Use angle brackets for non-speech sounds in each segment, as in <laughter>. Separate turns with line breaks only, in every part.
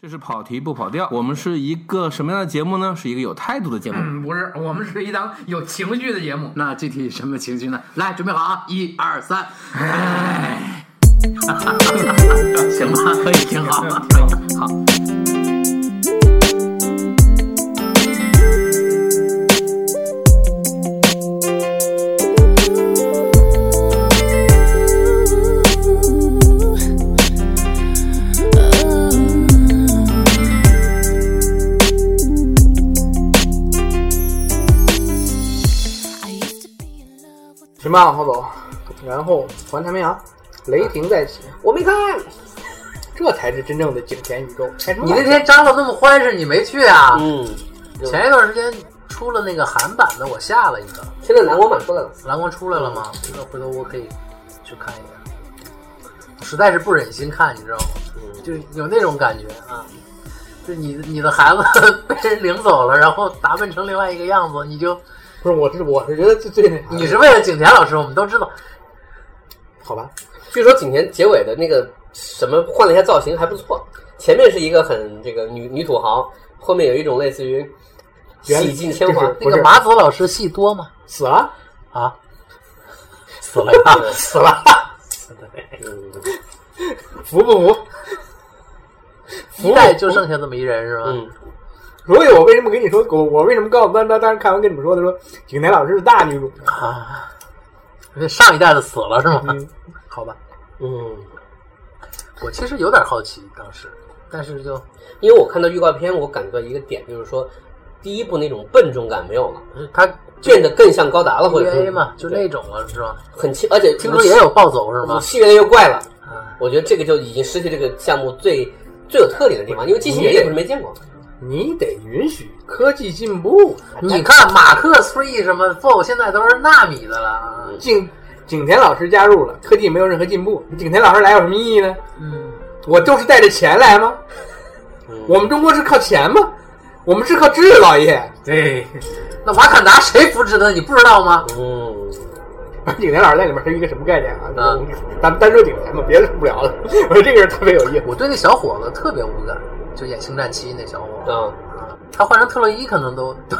这是跑题不跑调，我们是一个什么样的节目呢？是一个有态度的节目。
嗯，不是，我们是一档有情绪的节目。
那具体什么情绪呢？来，准备好啊！一二三，
<laughs>
哎，行吧，可以，挺好，好。
行吧，往后走，然后环太平洋，雷霆再起，我没看，这才是真正的景甜宇宙。开什么
你
玩
那
笑
天张罗那么欢是你没去啊？
嗯，
前一段时间出了那个韩版的，我下了一个，
现在南国版出来了，
蓝光出来了吗？那回头我可以去看一眼。实在是不忍心看，你知道吗？
嗯
就有那种感觉啊，就你你的孩子 <laughs> 被人领走了，然后打扮成另外一个样子，你就
不是，我是我是觉得最最那啥的
你是为了景甜老师，我们都知道，
好吧？
据说景甜结尾的那个什么换了一下造型还不错，前面是一个很这个女女土豪，后面有一种类似于
原理
洗尽铅
就
华
是
那
不
个
是
马子老师戏多吗？
死了，
啊，死了呀！
<laughs>
<laughs>
死了，服不服？
一代就剩下这么一人是吧？
嗯，
所以我为什么跟你说，我我为什么告诉当当当时看完跟你们说的说，景甜老师是大女主，
啊，上一代的死了是吗？
嗯
好吧，
嗯，
我其实有点好奇当时，但是就
因为我看到预告片，我感觉到一个点就是说，第一部那种笨重感没有了，
呃他
变得更像高达了，或者
EVA
是
嘛，就那种了是吧？
很轻，而且
听说也有暴走是
武
吗？
器越来越怪了。
啊，
我觉得这个就已经失去这个项目最最有特点的地方，因为机器人也不是没见过。
你得允许科技进步。啊
你看马克 Three 什么 Four 现在都是纳米的了，啊
景景甜老师加入了，科技没有任何进步，景甜老师来有什么意义呢？
嗯，
我就是带着钱来吗？
嗯
我们中国是靠钱吗？我们是靠智，老爷。 <laughs>
对。那瓦坎达谁扶持的？你不知道吗？
嗯，
而景甜老师在里面是一个什么概念啊？
啊
咱们单说景甜吧，别的不聊了。 <laughs> 我说这个人特别有意思。
我对那小伙子特别无感，就演《星战七》那小伙子，
啊，
嗯
啊他换成特洛伊可能都都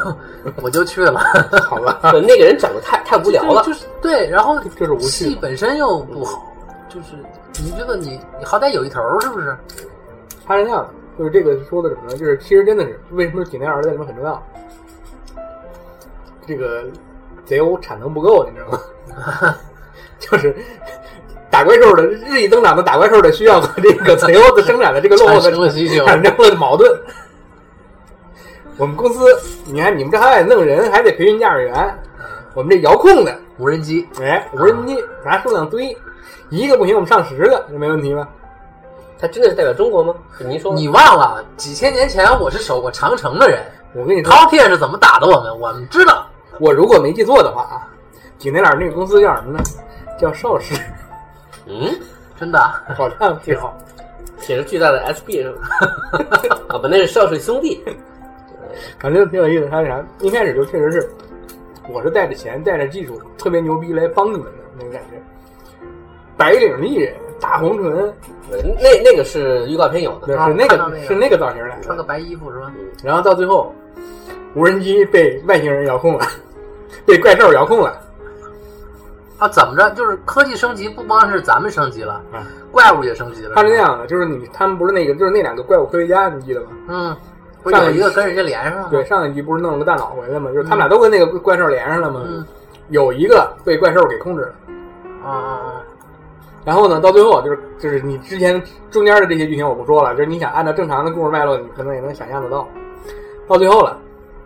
我
<laughs>
就去了。
好吧，
对那个人长得太太无聊
对，
了
就。是对，然后
就是无趣
戏本身又不好，就是你觉得你你好歹有一头儿是不是？
他是这样的，就是这个说的什么呢？就是其实真的是为什么景甜老师在里面很重要？这个贼欧产能不够，你知道吗？ <laughs> 就是打怪兽的日益增长的打怪兽的需要和这个贼欧的生产的这个落后
产
的
生了需求，
产生了矛盾。我们公司，你看你们这还得弄人，还得培训驾驶员，
嗯
我们这遥控的，
无人机
哎，无人机拿数量堆，一个不行我们上十个，这没问题吧？
他真的是代表中国吗？您说
你忘了几千年前我是守过长城的人，
我跟你说，
饕餮是怎么打的我们，我们知道。
我如果没记错的话啊，景天老师那个公司叫什么呢？叫邵
<laughs>
氏，
嗯，
真的，
好像挺好。
写着巨大的 SB 是吧？ <laughs> 啊，不，那是少水兄弟。
反正挺有意思。他是啥？一开始就确实是，我是带着钱，带着技术，特别牛逼来帮你们的那种感觉。白领丽人，大红唇，
那那个是预告片有的。
对，
啊
是那
看到那
个
个
是那个造型来
穿个
的。
白衣服是吧？
然后到最后，无人机被外星人遥控了， <laughs> 被怪兽遥控了。
啊，怎么着？就是科技升级不光是咱们升级了，
啊
怪物也升级了。
他是那，样的，就是你他们不是那个，就是那两个怪物科学家，你记得吗？
嗯，不是有一个跟人家连上了吗？
对，上一集不是弄了个大脑回来吗？就是他们俩都跟那个怪兽连上了吗？
嗯，
有一个被怪兽给控制了。
啊啊
然后呢，到最后就是就是你之前中间的这些剧情我不说了，就是你想按照正常的故事脉络，你可能也能想象得到。到最后了，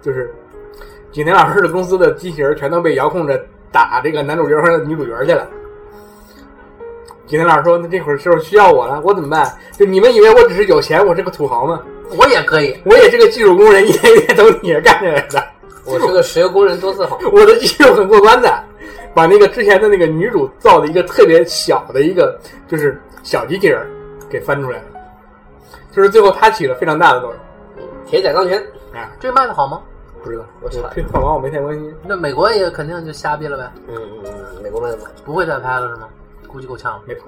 就是景甜老师的公司的机器人全都被遥控着打这个男主角和女主角去了。景甜老师说：“那这会儿时候需要我了，我怎么办？就你们以为我只是有钱，我是个土豪吗？
啊！我也可以，
我也是 <laughs> 个技术工人，一天一天都是你干下来的。”
我是个石油工人，多自豪。
<laughs> 我的技术很过关的，把那个之前的那个女主造的一个特别小的一个就是小机器人儿给翻出来了，就是最后它起了非常大的作用
铁甲钢拳，
啊！
这卖的好吗？
不知道，
我操！
对放完我没太关心。
那美国也肯定就瞎逼了呗，
嗯嗯嗯，美国卖的好。
不会再拍了是吗？估计够呛了。
没捧。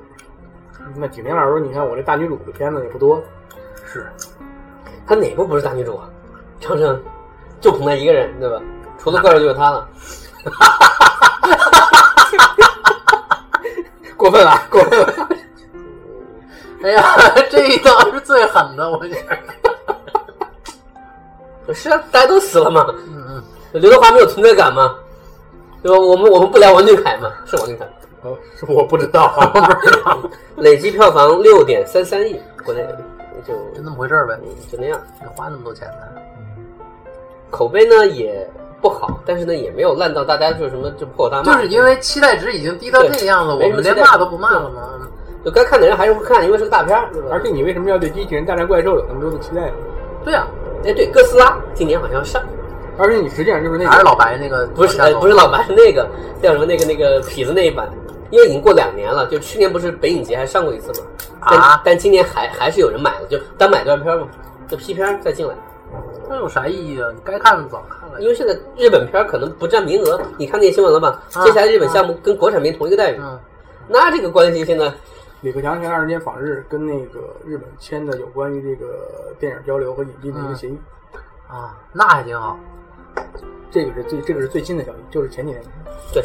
那景甜老师说：“你看我这大女主的片子也不多，
是，
她哪部不是大女主啊？长城就捧她一个人，对吧？除了怪兽就是她了， <laughs>
过分了，过分了。
哎呀， <laughs> 这一刀是最狠的，我觉得。
是啊，大家都死了嘛。
嗯嗯，
刘德华没有存在感吗？对吧？我们我们不聊王俊凯吗？是王俊凯。
哦是我不知道，我不知道。
累计票房六点三三亿，国内
<laughs>
就嗯
就那么回事儿呗，
就那样。
你花那么多钱呢？
口碑呢也不好，但是呢也没有烂到大家就是什么就破口大骂，
就是因为期待值已经低到这个样子，
嗯对
我们连骂都不骂了吗？嗯
就该看的人还是会看，因为是个大片儿，对吧？
而且你为什么要对《机器人大战怪兽》有那么多的期待呢？
对呀、
哎，对，哥斯拉今年好像上，
而且你实际上就是那
还是
个
老白那个
不
往
是、
下
哎、
走
不是老白是那个叫什么那个那个痞子那一版，因为已经过两年了，就去年不是北影节还上过一次嘛，但、
啊、
但今年还还是有人买了，就单买断片嘛，就批片儿再进来，
那有啥意义啊？你该看的早看了
因。为现在日本片儿可能不占名额，你看那些新闻了吧？
啊
接下来日本项目跟国产片同一个待遇，
嗯，
那这个关系现在
李克强前段时间访日，跟那个日本签的有关于这个电影交流和引进
嗯
的一个协议，
啊，那还挺好。
这个是最这个是最新的消息，就是前几天，
对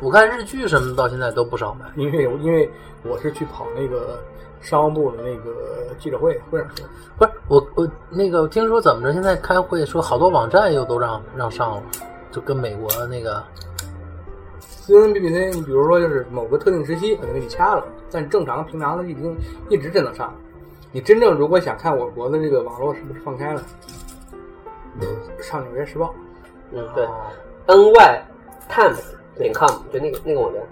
我看日剧什么的到现在都不少买。
因为我因为我是去跑那个商务部的那个记者会，会上说，
不是我我那个听说怎么着？现在开会说好多网站又都让让上了，就跟美国那个
CNN、BBC，你比如说就是某个特定时期可能给你掐了，但正常平常的已经一直真能上。你真正如果想看我国的这个网络是不是放开了，上《纽约时报
嗯对。
哦
n y time 点 com 就那个那个网站，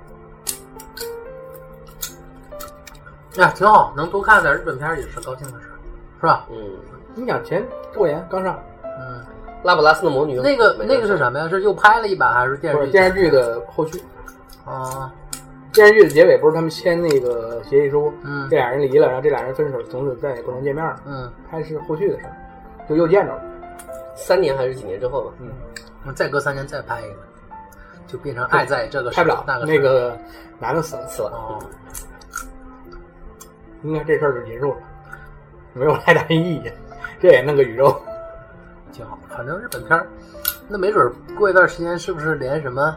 哎、挺好，能多看点日本片儿也是高兴的事儿，是吧？
嗯，》。
你想前赵岩刚上，
嗯，
拉布拉斯的魔女
那个那个是什么呀？是又拍了一版还是电
不
视
是
剧？
电视剧的后续，
啊，
电视剧的结尾不是他们签那个协议书，
嗯
这俩人离了，然后这俩人分手，从此再也不能见面了，
嗯，
还是后续的事儿，就又见着了。
三年还是几年之后吧？
嗯，
我们再隔三年再拍一个，就变成爱在这个
拍不了
那个
那
那
个男的死了，
死了，
哦，
应该这事儿就结束了，没有太大意义。这也弄个宇宙，
挺好。反正日本片儿，那没准儿过一段时间是不是连什么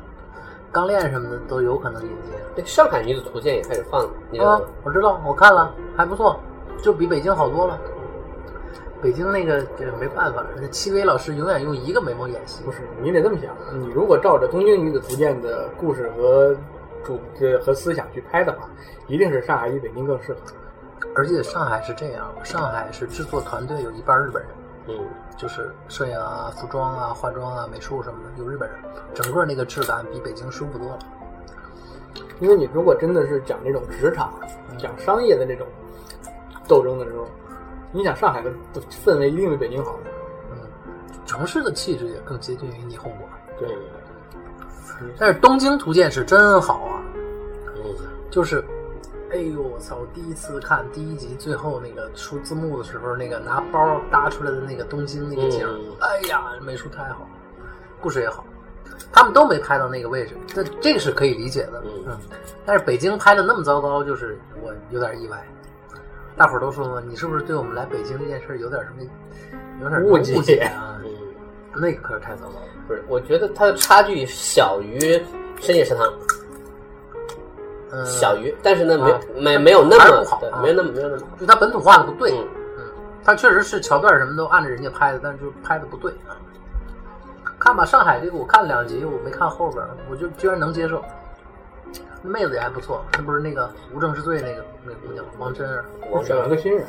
钢炼什么的都有可能引进？
对，上海女子图鉴也开始放了，你知道吗？，
我知道，我看了，还不错，就比北京好多了。北京那个这没办法，那戚薇老师永远用一个眉毛演戏
不。是你得这么想，你如果照着《东京女子图鉴》的故事和主这和思想去拍的话，一定是上海比北京更适合。
而且上海是这样，上海是制作团队有一半日本人，
嗯，
就是摄影啊、服装啊、化妆啊、美术什么的有日本人，整个那个质感比北京舒服多了。
因为你如果真的是讲这种职场、讲商业的这种斗争的时候，你想上海的氛围一定比北京好。
嗯，城市的气质也更接近于霓虹国。
对，
但是东京图鉴是真好啊，
嗯，
就是，哎呦我操！我第一次看第一集最后那个出字幕的时候，那个拿包搭出来的那个东京那个景儿，
嗯
哎呀，美术太好了，故事也好，他们都没拍到那个位置，这这个是可以理解的。
嗯
但是北京拍的那么糟糕，就是我有点意外。大伙儿都说嘛，你是不是对我们来北京这件事儿有点什么，有点
误解
误解啊？
嗯，
那个可是太糟糕了。
不是，我觉得它的差距小于深夜食堂，
嗯，
小于，但是呢，
啊
没没没有那
还是不
么
好
对
啊，
没有那么没有那么好。
就他本土化的不对，
嗯
他确实是桥段什么都按着人家拍的，但是就拍的不对啊。看吧，上海这个我看两集，我没看后边儿，我就居然能接受。那妹子也还不错，那不是那个《无证之罪》那个那姑娘王真儿，
王
选了
章
个，新人，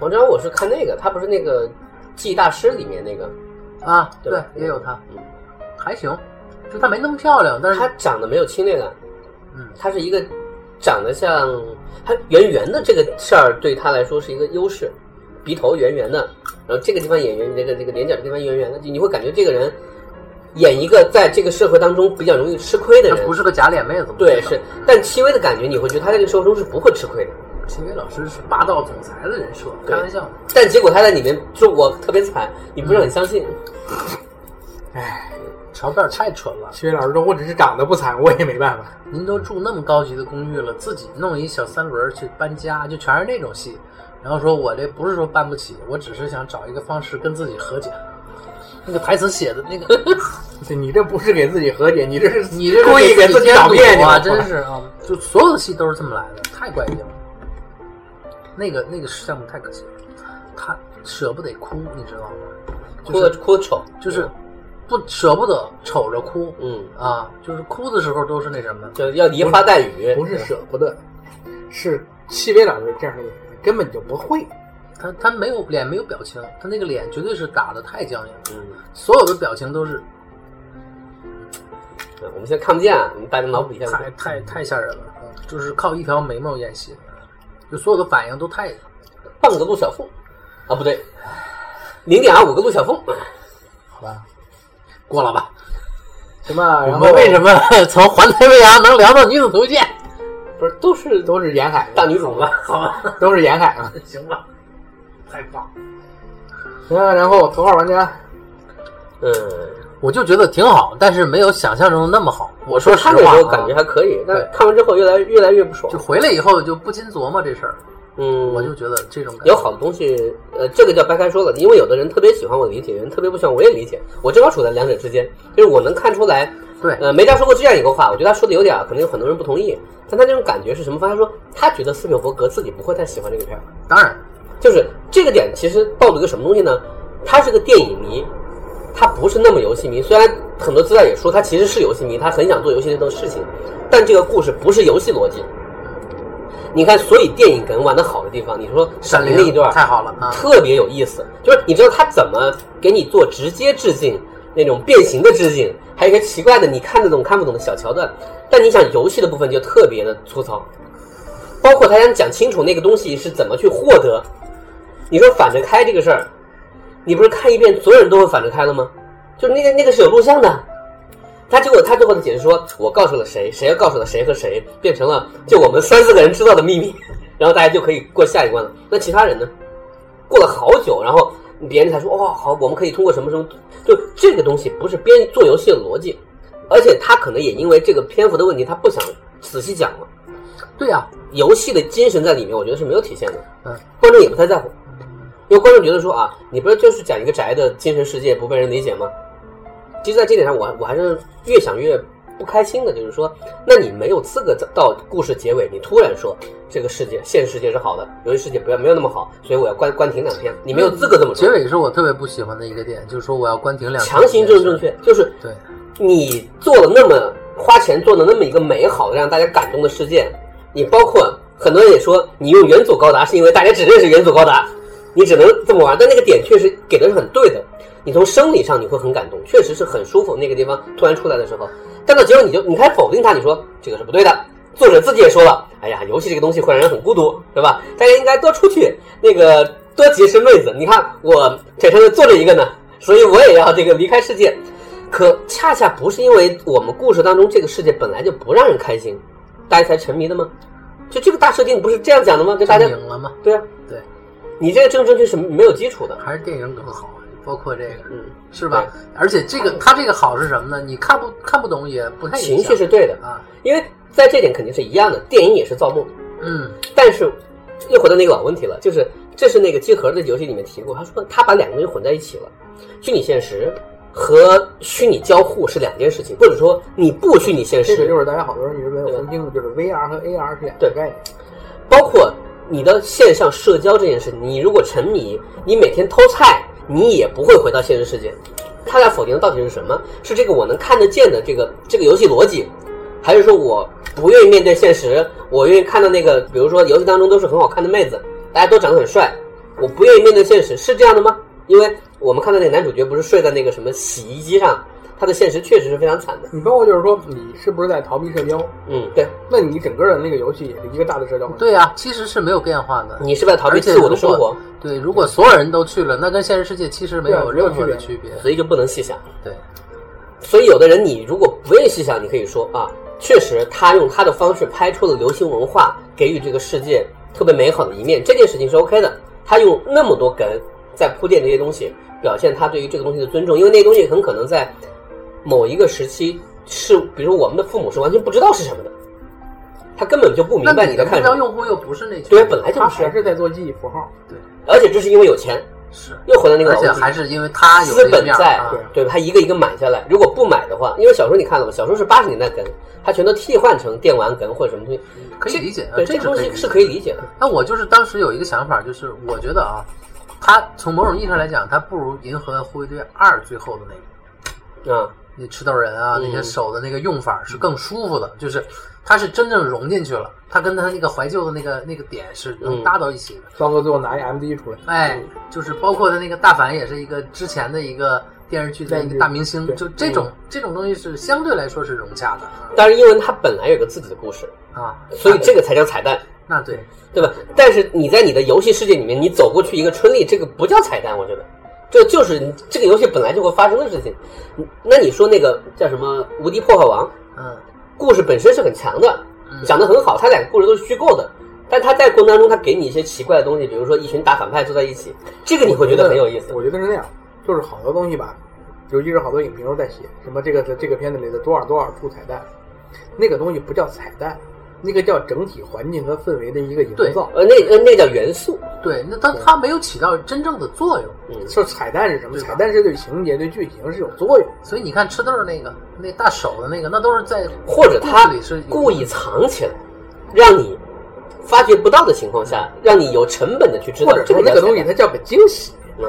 王章，我是看那个，他不是那个《记忆大师》里面那个，
啊，
对
对
吧，
也有她，
嗯
还行，就她没那么漂亮，但是
他长得没有侵略感，
嗯，
他是一个长得像他圆圆的这个事儿，对他来说是一个优势，鼻头圆圆的，然后这个地方也圆，这个这个脸角的地方圆圆的，就你会感觉这个人演一个在这个社会当中比较容易吃亏的
她
人
不，是个假脸妹子，
对
我觉得
是，但戚薇的感觉你会觉得他在这个社会中是不会吃亏的，
秦薇老师是霸道总裁的人设，
对
开玩笑，
但结果他在里面说我特别惨，你不是很相信，嗯
桥段太蠢了。
薛老师说：“我只是长得不惨，我也没办法。
您都住那么高级的公寓了，自己弄一小三轮儿去搬家，就全是那种戏。然后说我这不是说办不起，我只是想找一个方式跟自己和解。那个台词写的那个， <laughs>
对你这不是给自己和解，你这是
你这是
故意给自己找别扭
啊！真是啊，就所有的戏都是这么来的，太怪异了。那个那个项目太可惜了，他舍不得哭，你知道吗？
哭的哭得丑，
就是不舍不得瞅着哭
嗯，
啊，就是哭的时候都是那什么，
就要梨花带雨，
不是舍不得，是戚薇老师这样的演员根本就不会。
他他没有脸没有表情，他那个脸绝对是打的太僵硬了，
嗯，
所有的表情都是
嗯我们现在看不见，啊，你大家脑补一下，
太太太吓人了，嗯就是靠一条眉毛演戏，就所有的反应都太
半个陆小凤，啊不对，零点二五个陆小凤，
好吧，过了吧。
行吧，
我
然后
们为什么 <laughs> 从环太平洋能聊到女子图鉴？
不是都是
都是沿海
大
的，
女主吗？
好吧，
都是沿海啊。
<laughs> 行吧，太棒！
行啊，然后头号玩家，
嗯，
我就觉得挺好，但是没有想象中的那么好。我说实
看的时
话
候
啊，
感觉还可以，但
对
看完之后越来越来越不爽
就，回来以后就不禁琢磨这事儿，
嗯，
我就觉得这种感觉
有好的东西，呃，这个叫掰开说了，因为有的人特别喜欢我理解，有人特别不喜欢，我也理解，我正好处在两者之间，就是我能看出来，
对
呃，梅扎说过这样一个话，我觉得他说的有点儿，可能有很多人不同意，但他那种感觉是什么？他说他觉得斯皮伯格自己不会太喜欢这个片儿，
当然，
就是这个点其实暴露一个什么东西呢？他是个电影迷，他不是那么游戏迷。虽然很多资料也说他其实是游戏迷，他很想做游戏这种事情，但这个故事不是游戏逻辑。你看，所以电影梗玩的好的地方，你说闪灵那一段
太好了啊！
特别有意思，就是你知道他怎么给你做直接致敬，那种变形的致敬，还有一些奇怪的你看得懂看不懂的小桥段。但你想游戏的部分就特别的粗糙，包括他想讲清楚那个东西是怎么去获得。你说反着开这个事儿，你不是看一遍所有人都会反着开了吗？就是那个那个是有录像的。他结果他最后的解释说，我告诉了谁，谁又告诉了谁和谁，变成了就我们三四个人知道的秘密， <laughs> 然后大家就可以过下一关了。那其他人呢？过了好久，然后别人才说哦好，我们可以通过什么什么，就这个东西不是边做游戏的逻辑，而且他可能也因为这个篇幅的问题，他不想仔细讲了。
对啊呀、
游戏的精神在里面，我觉得是没有体现的。
嗯，
观众也不太在乎，因为观众觉得说啊，你不是就是讲一个宅的精神世界不被人理解吗？其实，在这点上，我我还是越想越不开心的，就是说，那你没有资格到故事结尾，你突然说这个世界现实世界是好的，游戏世界不要没有那么好，所以我要关关停两天，你没有资格这么
结
说，
尾是我特别不喜欢的一个点，就是说我要关停两
强行
这
正正确，就是
对，
你做了那么花钱做了那么一个美好的让大家感动的事件，你包括很多人也说你用元祖高达是因为大家只认识元祖高达，你只能这么玩，但那个点确实给的是很对的。你从生理上你会很感动，确实是很舒服。那个地方突然出来的时候，但到结尾你就你开始否定它，你说这个是不对的。作者自己也说了，哎呀，游戏这个东西会让人很孤独，对吧？大家应该多出去，那个多结识妹子。你看我腿上就坐着一个呢，所以我也要这个离开世界。可恰恰不是因为我们故事当中这个世界本来就不让人开心，大家才沉迷的吗？就这个大设定不是这样讲的吗？跟大
大
家
家赢了吗？
对啊，
对，
你这个正正确是没有基础的，
还是电影更好，啊包括这个
嗯，
是吧？而且这个他这个好是什么呢？你看不看不懂也不太影
情
响
绪是对的，
啊，
因为在这点肯定是一样的，电影也是造梦，
嗯，
但是又回到那个老问题了，就是这是那个机壳的游戏里面提过，他说他把两个东西混在一起了，虚拟现实和虚拟交互是两件事情，或者说你不虚拟现
这个就
实，
是大家好多人一直没有分清楚，就是 VR 和 AR 是两个
对
概念。
包括你的线上社交这件事，你如果沉迷，你每天偷菜，你也不会回到现实世界。他俩否定的到底是什么？是这个我能看得见的这个这个游戏逻辑，还是说我不愿意面对现实，我愿意看到那个，比如说游戏当中都是很好看的妹子，大家都长得很帅，我不愿意面对现实，是这样的吗？因为我们看到那个男主角不是睡在那个什么洗衣机上，他的现实确实是非常惨的。
你包括就是说，你是不是在逃避社交？
嗯，对，
那你整个的那个游戏也是一个大的社交环境。
对呀、啊其实是没有变化的。
你是不是在逃避
而且
自我的
如
生
果
活，啊
对，如果所有人都去了，那跟现实世界其实没有
对没有
任何的区
区
别。
所以就不能细想。
对，
所以有的人你如果不愿意细想，你可以说啊，确实他用他的方式拍出了流行文化给予这个世界特别美好的一面，这件事情是 OK 的。他用那么多梗在铺垫这些东西，表现他对于这个东西的尊重，因为那些东西很可能在某一个时期是，比如我们的父母是完全不知道是什么的。他根本就不明
那
白你在看
目
什
标
么。
用户又不是那群
对，
人
本来就
他
不
还
是，
是在做记忆符号，
而且这是因为有钱，
是，
又回到那个
而
老
且
问题
还是因为他有
资
这个
本
面儿
在
啊
对
对吧？他一个一个买下来，如果不买的话，因为小时候你看了吗？小时候是八十年代梗，它全都替换成电玩梗或者什么东西，
可以理解，啊
对，
这
这
个
东
可以
西
理解
是可以理解的。
那我就是当时有一个想法，就是我觉得啊，他从某种意义上来讲，他不如《银河护卫队二》最后的那个
啊，
那吃豆人啊，
嗯
那些手的那个用法是更舒服的，就是他是真正融进去了，他跟他那个怀旧的那个那个点是能
嗯
搭到一起的。
包括最后拿一 M D 出来，
哎，就是包括他那个大反也是一个之前的一个电视剧的一个大明星
对，
就这
嗯
种这种东西是相对来说是融洽的
当然英文它本来有个自己的故事，
啊。
所以这个才叫彩蛋，
那对，
对吧？但是你在你的游戏世界里面，你走过去一个春丽，这个不叫彩蛋，我觉得。这就是你这个游戏本来就会发生的事情。你那你说那个叫什么《无敌破坏王》，
嗯，
故事本身是很强的，
嗯
讲的很好，它两个故事都是虚构的，但它在过程当中，它给你一些奇怪的东西，比如说一群大反派坐在一起，这个你会觉得很有意思。
我觉得是那样，就是好多东西吧，尤其是好多影评都在写什么这个这个片子里的多少多少处彩蛋，那个东西不叫彩蛋，那个叫整体环境和氛围的一个营
对
造。
呃，那呃那叫元素，
对，那他他没有起到真正的作用，
嗯，
说彩蛋是什么？
对吧
彩蛋是对情节、对剧情是有作用的。
所以你看吃豆儿那个那大手的那个，那都是在
或者他
故事里是有
故意藏起来，让你发觉不到的情况下，让你有成本的去知
或
道
者
这
说
个
那个
叫
东西
彩蛋
它叫个惊喜，
嗯，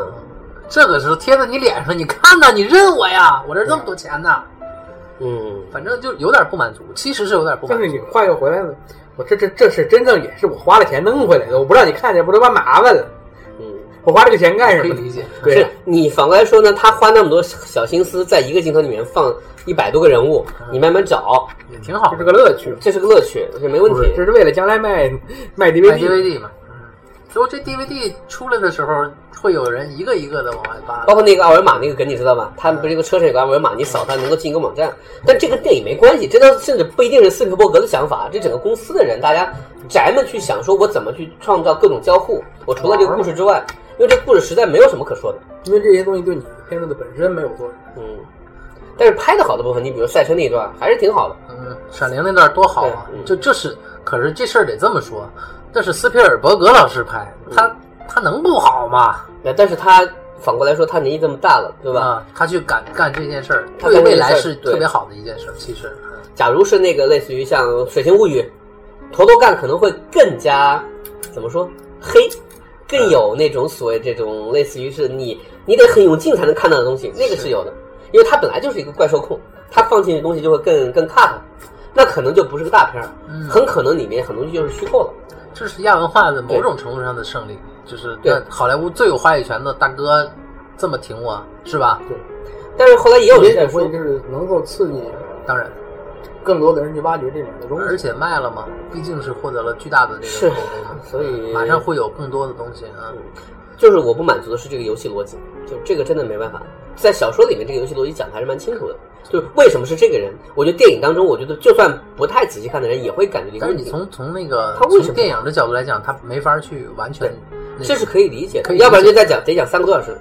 这个时候贴在你脸上，你看呐，你认我呀，我这儿这么多钱呢，
嗯，
反正就有点不满足，其实是有点不
但
满足
是。你话又回来了，我这这这是真正也是我花了钱弄回来的，我不让你看见，不他妈麻烦了？
嗯，
我花这个钱干什
可以
么
理
呢？
解，
对
是，你反过来说呢，他花那么多小心思在一个镜头里面放一百多个人物，
嗯
你慢慢找，
也挺好
这是个
的。
乐趣，
这是个乐趣，这没问
不
题
是，。这是为了将来卖卖
买
DVD。
DVD 嘛，嗯，所以这 DVD 出来的时候，会有人一个一个的往外扒
哦
包。括那个二维码那个梗，你知道吧？他们不是一个车上有个二维码，你扫它能够进一个网站。但这跟电影没关系，这倒甚至不一定是斯皮伯格的想法，这整个公司的人，大家宅们去想说，我怎么去创造各种交互。我除了这个故事之外，因为这故事实在没有什么可说的。
因为这些东西对你片子的本身没有作用。
嗯，但是拍的好的部分，你比如赛车那一段还是挺好的。
嗯，闪灵那段多好啊
对！嗯
就这是，可是这事儿得这么说，这是斯皮尔伯格老师拍，他他能不好吗？
那但是他反过来说，他年纪这么大了，对吧？
啊，他去敢干这件事儿，
他
对
干这
未
件
来
事儿
是
对
特别好的一件事儿。其实，
假如是那个类似于像《水星物语》，头头干可能会更加怎么说黑，更有那种所谓这种类似于是你你得很用劲才能看到的东西，那个是有的，因为它本来就是一个怪兽控，它放进去的东西就会更更 cut，那可能就不是个大片儿，
嗯
很可能里面很多东西就是虚构了。
这是亚文化的某种程度上的胜利，就是
对
那好莱坞最有话语权的大哥这么挺我是吧？
但是后来也有
也
人在
许
说
说，就是能够刺激
当然，
更多的人去挖掘这两个东
而
西。
且卖了嘛，毕竟是获得了巨大的这
嗯是嗯
个口碑嘛，
所以
马上会有更多的东西啊。
就是我不满足的是这个游戏逻辑，就这个真的没办法。在小说里面，这个游戏逻辑讲的还是蛮清楚的，就是为什么是这个人。我觉得电影当中，我觉得就算不太仔细看的人也会感觉一个
但是
问
你
题，
从从那个
他为什么
从电影的角度来讲，他没法去完全
对，
那
这是可以理解
可
的。
以理解
要不然就再讲得讲三个多小时。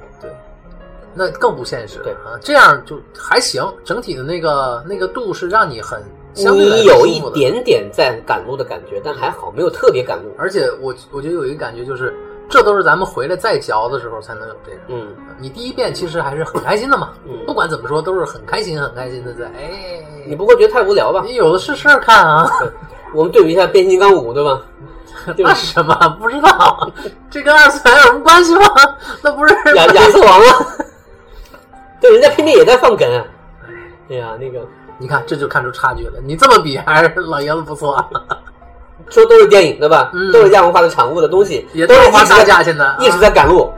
那更不现实
对
啊。这样就还行，整体的那个那个度是让你很相对来
你
说
有一
舒服的
点点在赶路的感觉，但还好没有特别赶路。
而且我我觉得有一个感觉就是，这都是咱们回来再嚼的时候才能有这个。
嗯
你第一遍其实还是很开心的嘛，
嗯
不，管怎么说都是很开心很开心的在哎，
你不会觉得太无聊吧？
你有的是事儿看啊，
我们对比一下《变形金刚五》，
<laughs>
对吧？对
那
吧？
是什么不知道？这跟二次元有什么关系吗？那不是
亚亚瑟王啊， <laughs> 对，人家偏偏也在放梗啊。哎呀，那个
你看这就看出差距了。你这么比还是老爷子不错，啊
说都是电影对吧？
嗯
都是亚文化的产物的东西，
也
都
都
是
是
一
花
直
大
在
价啊钱的，
一直在赶路、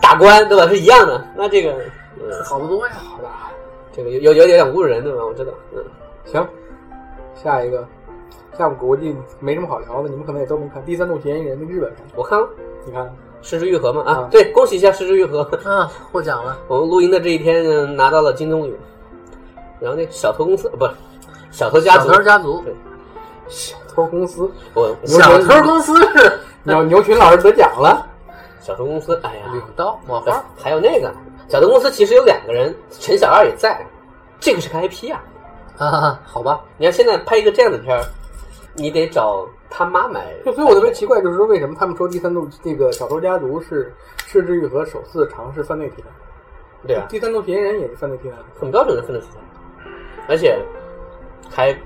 打官对吧？是一样的。那这个，嗯，
好得多呀。
好吧，
这个有有有有点侮辱人对吧？我知道，嗯，
行，下一个，下午估计没什么好聊的，你们可能也都没看《第三度嫌疑人》的日本片，
我看了
你看
《失之愈合》嘛啊
嗯，
对，恭喜一下《失之愈合》， <laughs>
嗯，获奖了，
我们录音的这一天嗯拿到了金棕榈，然后那小偷公司呃不是小偷 <laughs> 家
小
族，
偷家族，
偷公司
我
牛
小
群
偷公司是 <laughs>
牛牛群老师得奖了，
小偷公司，哎呀，
领刀抹花。
还有那个小偷公司其实有两个人，陈小二也在，这个是个 IP 啊。
啊，好吧，
你要现在拍一个这样的片儿，你得找他妈买。
就所以我特别奇怪，就是说为什么他们说第三度那个《小偷家族》是是之愈合首次尝试犯罪题材，
对啊，
第三度嫌疑人也是犯罪题材。
很标准的分的题材，而且还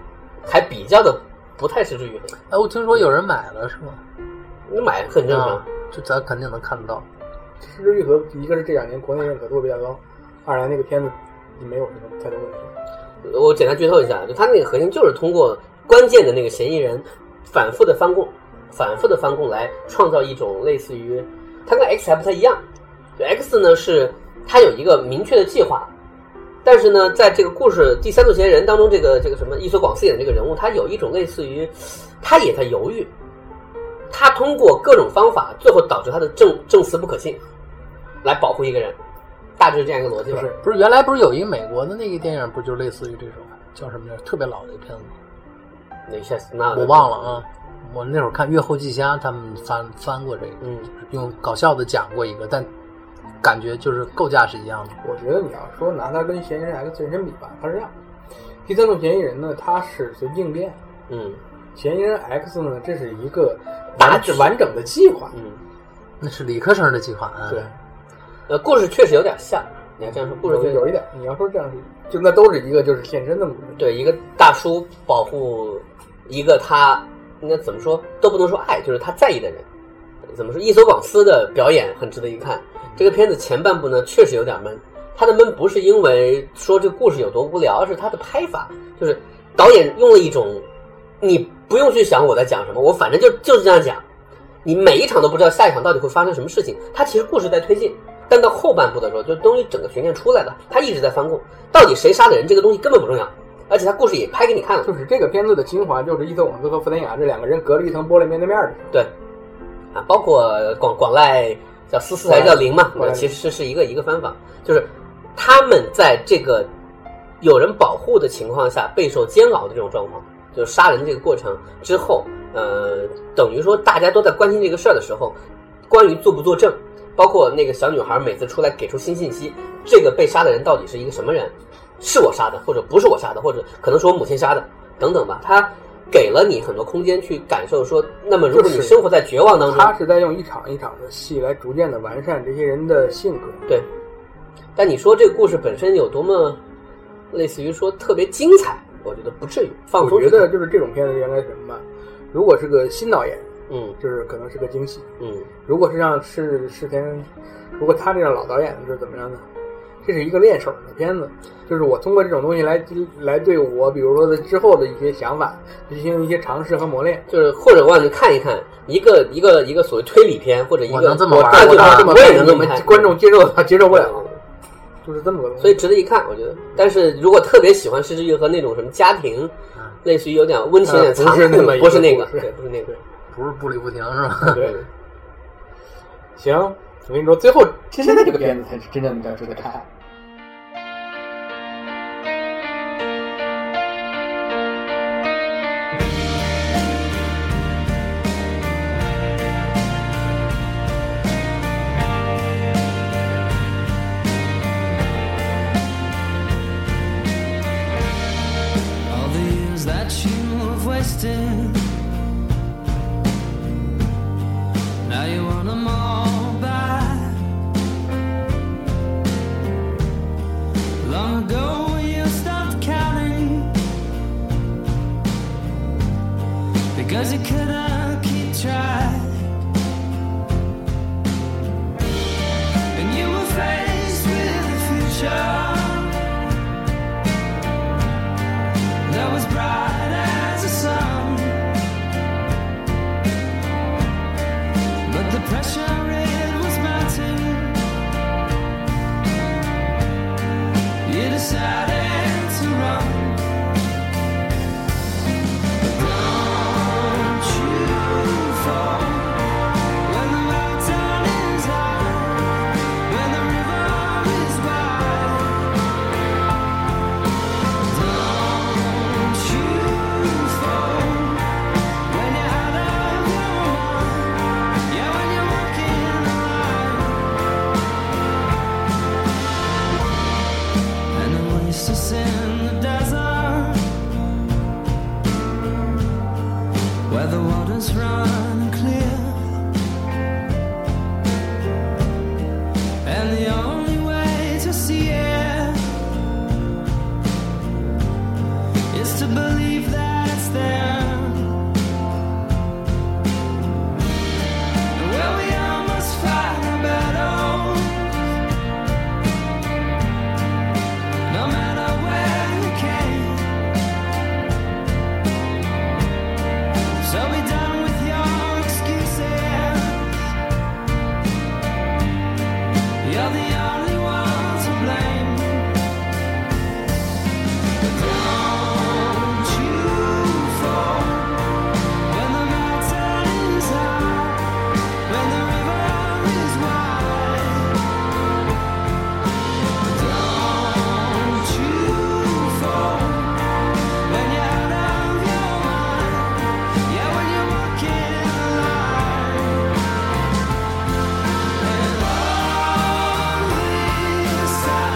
还比较的不太是至于，
哎，我听说有人买了是吗？
你买很正常
啊。，这咱肯定能看到。
失之愈合，一个是这两年国内认可度比较高，二来那个片子也没有什么太多问题。
我简单剧透一下，就他那个核心就是通过关键的那个嫌疑人反复的翻供，反复的翻供来创造一种类似于，他跟 X 还不太一样，就 X 呢是他有一个明确的计划，但是呢，在这个故事第三度嫌疑人当中，这个这个什么伊索广司演的这个人物，他有一种类似于，他也在犹豫，他通过各种方法，最后导致他的证证词不可信，来保护一个人，大致是这样一个逻辑
就
吧。
是
不是原来不是有一美国的那个电影，不就类似于这种叫什么来着？特别老的一片子，
那下次那
我忘了啊。我那会儿看《月后记虾》，他们翻翻过这个，
嗯，
用搞笑的讲过一个，但感觉就是构架是一样的。
我觉得你要说拿它跟嫌疑人 X 人身比吧，它是这样。第三种嫌疑人呢，它是随机应变；
嗯
嫌疑人 X 呢，这是一个
大
完
局
完整的计划。
嗯。
那是理科生的计划啊。
对，
呃，故事确实有点像，你要这样说，故
我
事
觉
确
得
实
有一点，你要说这样是，就那都是一个就是现身的故事。
对一个大叔保护一个他应该怎么说都不能说爱，就是他在意的人。怎么说？伊索广司的表演很值得一看。这个片子前半部呢，确实有点闷。他的闷不是因为说这个故事有多无聊，而是他的拍法，就是导演用了一种你不用去想我在讲什么，我反正就就是这样讲。你每一场都不知道下一场到底会发生什么事情。它其实故事在推进，但到后半部的时候，就东西整个悬念出来了，它一直在翻供，到底谁杀的人这个东西根本不重要，而且它故事也拍给你看了。
就是这个片子的精华，就是伊索广司和弗兰雅这两个人隔着一层玻璃面对面的。
对，啊，包括广广濑叫思思还是叫林嘛，
广濑
其实是一个一个方法，就是他们在这个有人保护的情况下备受煎熬的这种状况，就是杀人这个过程之后，呃，等于说大家都在关心这个事儿的时候，关于作不作证，包括那个小女孩每次出来给出新信息，这个被杀的人到底是一个什么人，是我杀的，或者不是我杀的，或者可能是我母亲杀的，等等吧，他。给了你很多空间去感受说，那么如果你
就是
生活在绝望当中，
他是在用一场一场的戏来逐渐的完善这些人的性格。
对，但你说这个故事本身有多么类似于说特别精彩，我觉得不至于。放松
我
是
觉得，就是这种片子应该什么吧？如果是个新导演，
嗯
就是可能是个惊喜；
嗯
如果是让是是田，如果他这样老导演是怎么样呢？这是一个练手的片子，就是我通过这种东西来来对我，比如说的之后的一些想法进行一些尝试和磨练。
就是或者让你看一看一个一个一个所谓推理片，或者一个
我能这么玩
对
我
对
当
对
这么
我也
看，
能
你
这么
们
看嗯
观众接受他接受
受
不了，。就是这么个东西。
所以值得一看，我觉得。但是如果特别喜欢《失之愈合》那种什么家庭，类似于有点温情、有点
啊呃
残
不是那
酷
么
的，
一
不是
个
那
故
个，
事
对，不是那个。
不是步履不停是吧？
对，
行，我跟你说，最后现在这个片子才是真正的值得看。
all the years that you have wasted. Now you want them all back. Long ago you stopped counting because you couldn't keep track. And you were faced with the future. that was bright as the sun. But the pressure it was mounting. You decided to run. But don't you fall when the mountain is high, when the river is wide. Don't you fall when you're out of your mind? Yeah, when you're walking the line. And the way you You're the only one to blame. But don't you fall when the mountain is high, when the river is wide. Don't you fall when you're out of your mind. Yeah, when you're walking alone.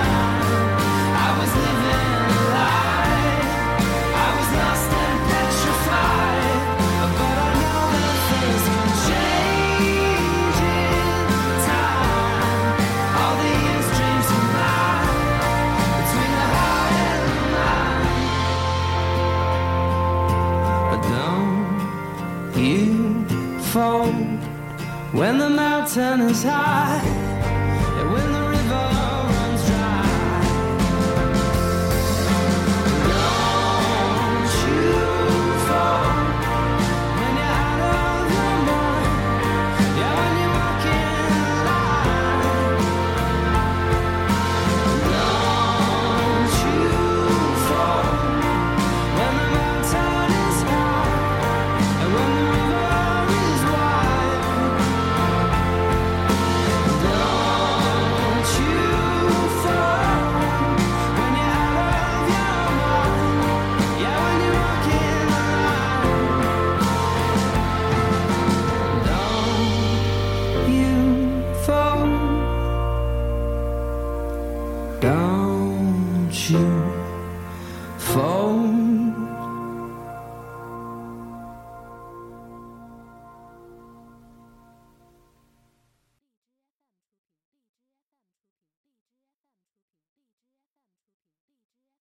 I was living a lie. I was lost and petrified. But I know that things can change in time. All the years, dreams, and lies between the heart and the mind. But don't you fold when the mountain is high. And when the river runs dry, don't you fall when you're out of your mind? Yeah, when you're walking alive. Don't you fall when the mountain is high and when the river is wide. Don't you fall when you're out of your mind? Yeah, when you're walking alone. Don't you fall? Don't you fall?